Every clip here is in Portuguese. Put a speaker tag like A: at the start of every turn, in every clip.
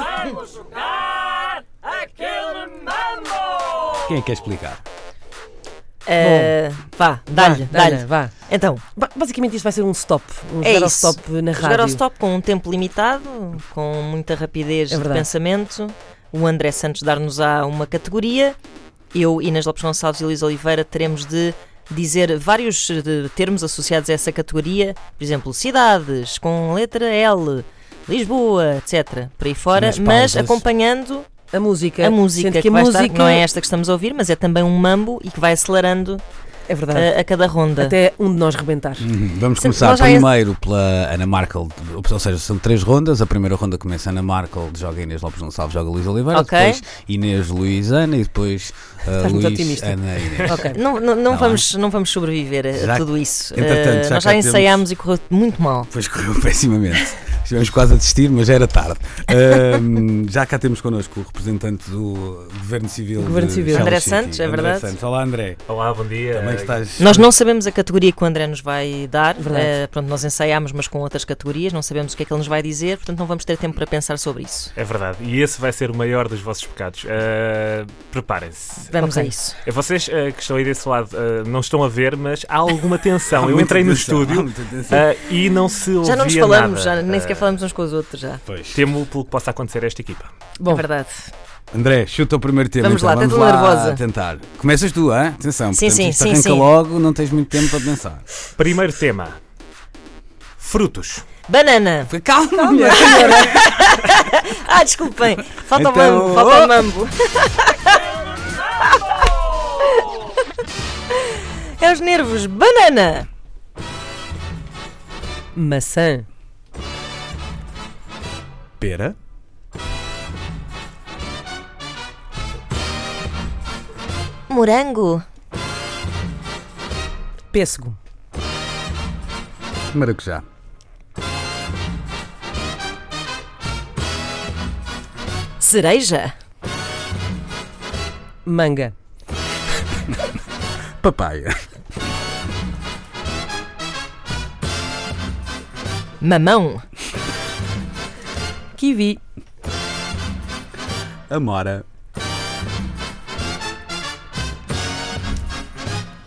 A: Vamos jogar aquele mambo!
B: Quem é que quer explicar?
C: Eh, vá, dá-lhe, dá-lhe.
D: vá.
C: Então,
D: Ba- Basicamente isto vai ser um stop, um
C: É
D: jogar ao
C: isso.
D: stop na rádio.
C: jogar ao stop com um tempo limitado, com muita rapidez
D: É
C: de
D: verdade.
C: pensamento. O André Santos dar-nos a uma categoria. Eu, Inês Lopes Gonçalves e Luís Oliveira teremos de dizer vários eh, de- termos associados a essa categoria. Por exemplo, cidades, com letra L, Lisboa, etc. Por aí fora.
B: Nas
C: Mas
B: pausas.
C: acompanhando
D: A música.
C: a música,
D: Sendo
C: que,
D: que, a
C: vai
D: música
C: estar, não é esta que estamos a ouvir, mas é também um mambo e que vai acelerando
D: É verdade.
C: eh, a, cada ronda.
D: Até um de nós rebentar.
B: Hum, Vamos
C: Sempre-
B: começar
C: nós já é-
B: primeiro pela Ana Markel, ou seja, são três rondas. A primeira ronda começa Ana Markel, joga Inês Lopes Gonçalves, joga Luís Oliveira,
C: Ok.
B: depois Inês Luís Ana e depois ah,
D: Estás muito
B: Luís
D: otimista.
B: Ana Inês.
D: Ok.
C: Não, não, não
B: Não,
C: vamos, não vamos sobreviver a
B: Já-
C: tudo isso.
B: entretanto,
C: Eh,
B: já
C: nós
B: cá
C: já
B: temos-
C: ensaiámos e correu muito mal.
B: Pois correu pessimamente. Estivemos quase a desistir, mas já era tarde. Ahm, já cá temos connosco o representante do Governo Civil.
D: Governo
B: de
D: Civil.
B: Shallow
C: André
B: City.
C: Santos, é
B: André
C: verdade?
B: Santos. Olá, André.
A: Olá, bom dia.
B: Também estás.
C: Nós não sabemos a categoria que o André nos vai dar.
D: Verdade.
C: Eh, pronto, nós ensaiámos, mas com outras categorias, não sabemos o que é que ele nos vai dizer, portanto não vamos ter tempo para pensar sobre isso.
A: É verdade, e esse vai ser o maior dos vossos pecados. Ah, Preparem-se.
C: Vamos
D: Ok.
C: a isso.
A: Vocês ah, que estão aí desse lado ah, não estão a ver, mas há alguma
B: Há
A: tensão. Eu
B: muita
A: entrei no
B: atenção, há
A: estúdio
B: muita atenção.
A: ah, e não se ouvia
C: Já não nos falamos,
A: nada.
C: já nem sequer
A: Ah,
C: falamos uns com os outros já.
B: Pois.
A: Temo pelo que possa acontecer a esta equipa.
D: Bom,
C: É verdade.
B: André, chuta o primeiro tema.
C: Vamos
B: então.
C: lá,
B: vamos
C: estou
B: lá
C: nervosa.
B: tentar. Começas tu, hein? Atenção,
C: Sim,
B: portanto,
C: sim,
B: isto
C: sim,
B: arranca
C: sim.
B: logo, não tens muito tempo para pensar.
A: Primeiro tema: frutos.
C: Banana!
B: Calma,
C: Ah, desculpem! Falta o
B: Então,
C: mambo, falta
B: oh.
C: o mambo. é os nervos. Banana!
D: maçã,
A: Pera.
C: Morango!
D: pêssego,
B: Maracujá.
C: Cereja!
D: manga,
B: Papaya.
C: Mamão!
D: kiwi,
B: Amora.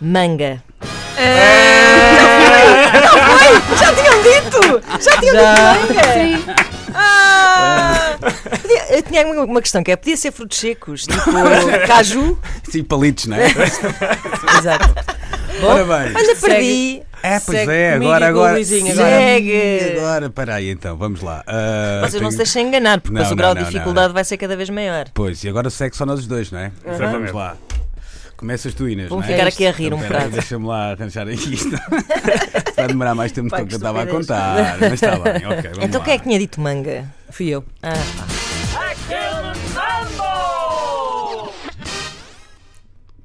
C: Manga.
D: já,
C: Podia- eu tinha uma, uma questão que é: podia ser frutos secos, tipo caju?
B: Sim, palitos, não é?
D: exato.
B: Ora bem.
C: Olha,
D: Segue.
C: perdi.
B: É, pois
D: Segue
B: é,
D: comigo
B: agora,
D: e com o
B: agora.
D: Luizinho
C: agora. Segue.
B: Agora, para aí então, vamos lá. Ah,
C: Vocês
B: tem-
C: não se deixem enganar, porque
B: Não,
C: depois
B: não,
C: o grau
B: não,
C: de
B: não,
C: dificuldade
B: não.
C: vai ser cada vez maior.
B: Pois, e agora segue só nós os dois, não é?
A: Exatamente.
B: Vamos lá. Começas tu, Inês.
C: Vou
B: não é?
C: ficar aqui a rir
B: Então,
C: um
B: espera aí,
C: bocado.
B: Deixa-me lá arranjar aqui isto. Vai demorar mais tempo do
D: Pá,
B: que
D: que
B: eu estava a
D: estupidez.
B: contar. Mas está bem, ok. Vamos
C: então
B: lá.
C: quem é que tinha dito manga?
D: Fui eu.
C: Ah,
B: Está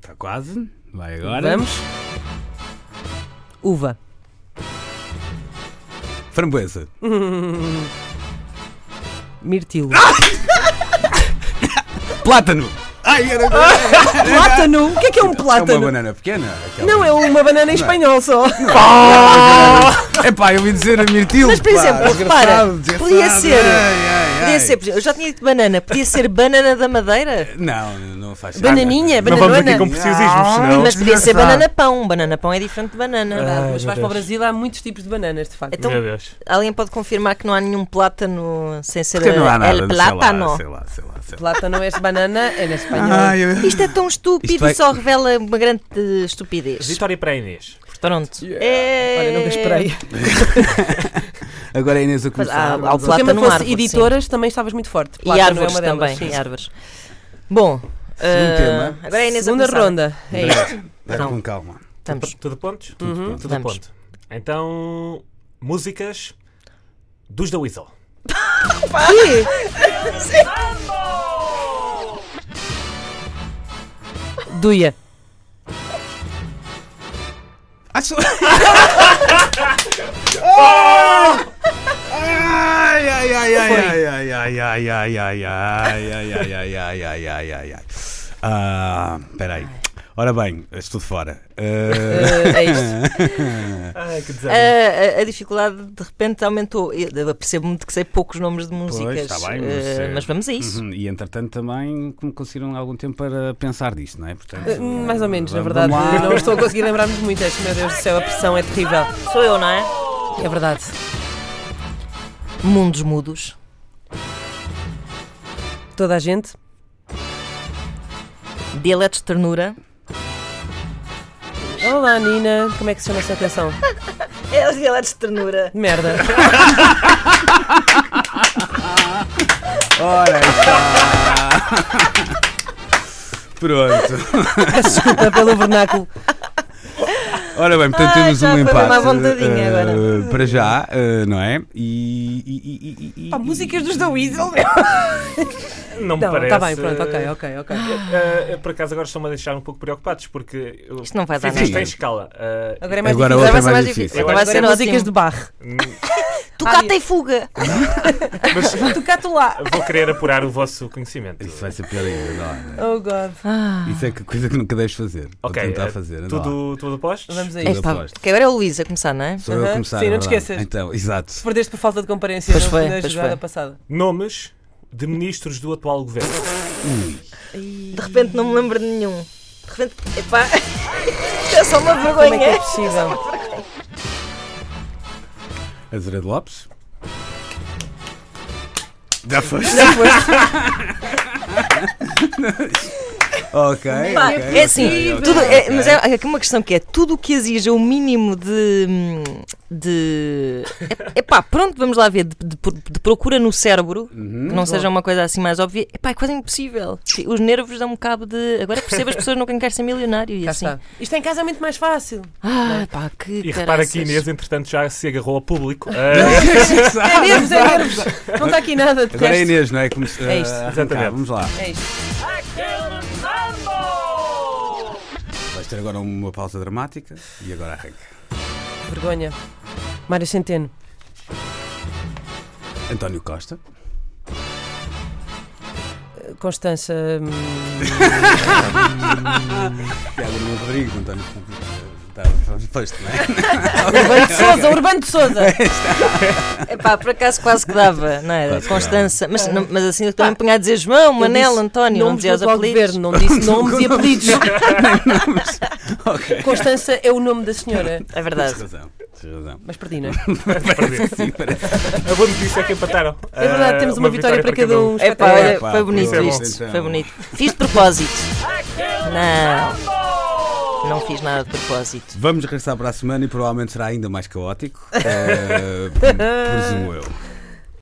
B: Tá quase. Vai agora.
D: Vamos. Uva,
B: Framboesa.
D: mirtilo,
B: Plátano. Ai,
C: Ah,
B: era
D: plátano. O que é que é um
B: É uma
D: plátano?
B: banana pequena. aquela-
D: Não, é uma banana em espanhol só.
B: É pá, eu ouvi dizer a mirtilo.
C: Mas, por
B: pá,
C: exemplo, repara,
B: desgraçado, desgraçado.
C: podia
B: Ai,
C: ser-
B: ai, ai.
C: podia ser, por exemplo, eu já tinha dito banana, podia ser banana da madeira,
B: Não, não faz
D: Bananinha,
A: Não vamos aqui
D: bananona.
A: com
B: Ah,
A: precisismos, senão.
C: mas podia ser
B: engraçado.
C: banana pão. Banana pão é diferente de banana.
D: é Verdade, Mas vais para o Brasil, há muitos tipos de bananas, de facto.
C: Então,
A: Meu Deus.
C: alguém pode confirmar que não há nenhum plátano sem ser
B: Porque não há
C: eh,
B: nada,
C: el
B: sei lá,
C: plátano?
B: Sei lá, sei lá, sei lá.
D: Plátano é banana, é na espanhol.
B: Ai, eu-
C: Isto é tão estúpido
B: Isto vai-
C: e só revela uma grande eh, estupidez. É,
A: Vitória para a Inês.
C: Pronto.
D: Olha, nunca esperei.
B: Agora a Inês a
C: Mas
B: começar.
C: há, há o
D: Se o tema
C: plátano
D: fosse
C: árvore,
D: editoras, também estavas muito forte.
C: sim. E
D: Plátano é
C: árvores
D: uma delas,
C: também.
D: sim.
C: E árvores. Bom, eh,
B: tema.
C: agora a Inês a
D: Segunda
C: começar.
D: ronda. É isto.
B: Vai
C: não.
B: com calma.
C: Estamos.
A: Tudo pontos?
B: Uhum.
A: Tudo
C: Vamos.
A: ponto. Então, músicas dos da Weasel.
D: Duia.
B: Acho... Ai, ai, ai, ai, ai, ai, ai, ai, ai, ai, ai, ai, ai, ai, ai, ai, ai, ai, ai. Ah, peraí. Ora bem, estou de fora. Ah,
C: Eh, é isto.
A: Ai, que
C: A,
A: desânimo.
C: Eh, a- a dificuldade de repente aumentou. Eu percebo-me de que sei poucos nomes de
B: Pois,
C: músicas,
B: está bem,
C: eh,
B: mas, eh,
C: mas vamos a isso.
B: Uhum, E entretanto também como conseguiram algum tempo para pensar disto, não é? Portanto,
D: Eh, Mais ou menos, na
B: vamos
D: verdade.
B: lá.
D: Não estou a conseguir lembrar-me de muitas. Meu Deus do céu, a pressão é terrível.
C: Sou eu, não é?
D: É verdade.
C: Mundos Mudos,
D: Toda a gente.
C: Dialetos de Ternura.
D: Olá, Nina. Como é que se chama esta canção?
C: É os Dialetos de Ternura.
D: Merda.
B: Ora então. está! Pronto.
D: Peço desculpa pelo vernáculo.
B: Ora bem, portanto
C: Ai,
B: temos
C: Ah, já
B: um
C: foi uma
B: empate.
C: vontadinha
B: eh,
C: agora.
B: Para já, eh, não é? E. e- e- e- e-
D: Pá, músicas dos The Weasel.
A: Não me
D: Não,
A: parece.
D: está bem, pronto, ok, ok, ok.
A: Eh, eh, por acaso agora estão-me a deixar um pouco preocupados porque eu
C: Isto não vai dar
A: fiz
C: nada.
A: isto em escala. Eh,
D: Agora é mais
B: Agora
D: difícil.
B: outra
C: vai
B: mais
C: ser mais
B: difícil.
C: difícil.
A: Eu
C: Vai
A: acho
D: Agora
C: ser
D: é músicas
C: ótimo.
D: de barre.
C: Tocata e fuga.
A: mas
D: Tocato lá.
A: vou querer apurar o vosso conhecimento.
B: Isso vai ser pior ainda, não.
D: Oh, God.
B: Isso é que coisa que nunca deves fazer. ou
A: Ok,
B: tentar
A: eh,
B: fazer. anda lá.
A: Tudo, tudo postos?
D: Vamos a
B: Tudo
D: isto.
B: a
C: Epá,
B: posto.
C: que agora é o Luís a começar, não é?
B: Sou eu a
D: Aham,
B: começar.
D: sim, não te
B: é verdade.
D: esqueças.
B: Então, exato.
D: Se perdeste por falta de comparência
C: Pois
D: na-
C: foi,
D: na
C: pois
D: jogada
C: foi.
D: passada.
A: Nomes de ministros do atual governo.
C: De repente não me lembro de nenhum. De repente, epá, é só uma
D: Como é que é
C: vergonha.
D: possível?
B: Azeredo Lopes. Já foste. ok.
C: Pá,
B: ok,
C: é
B: ok,
C: assim,
B: ok,
C: tudo- é-
B: ok.
C: mas é aqui uma questão que é tudo o que exija o mínimo de. hum, de é, epá, pronto, vamos lá ver, de, de pro- de procura no cérebro, que não seja uma coisa assim mais óbvia, epá, é quase impossível. Os nervos dão-me cabo de. Agora percebo as pessoas não querem ser milionário e
D: Cá
C: assim.
D: está. Isto em casa é muito mais fácil.
C: Ah, pá, que.
A: E repara que
C: caraças.
A: Inês, entretanto, já se agarrou ao público. Eh,
D: É nervos, é nervos. Não está aqui nada. de
B: Agora é
D: resto.
B: Inês, não é? Como se-
D: É isto.
B: ah, arrancar.
A: Exatamente.
B: Vamos lá.
D: É isto.
B: Vais ter agora uma pausa dramática e agora arranca.
D: Vergonha. Mário Centeno.
B: António Costa.
D: Constança. hum,
B: Tiago Nuno Rodrigues. António. Tá, Foste, não é?
D: Urbano de Souza, Urbano de Souza.
C: Epá, por acaso quase que dava, não era?
B: Quase que
C: Constança, mas, não- mas assim eu também me punha a dizer João, Manel,
D: disse
C: António, não
D: nomes
C: dizia os
D: do atual
C: apelidos.
D: governo, não disse nomes e apelidos.
B: Ok.
D: Constança é o nome da senhora.
C: É
B: Tens
C: verdade.
B: razão. Tens razão.
D: Mas perdi, não é?
A: parece que
B: Sim, parece.
A: A boa notícia é que empataram.
D: É verdade,
A: Eh,
D: temos uma, vitória, para cada um.
C: É pá,
D: Espetacular.
C: olha,
B: pá,
C: foi bonito
A: foi bom.
C: isto.
B: Então.
C: Foi bonito. Fiz de propósito. Não. Não fiz nada de propósito.
B: Vamos regressar para a semana e provavelmente será ainda mais caótico. Eh, presumo eu.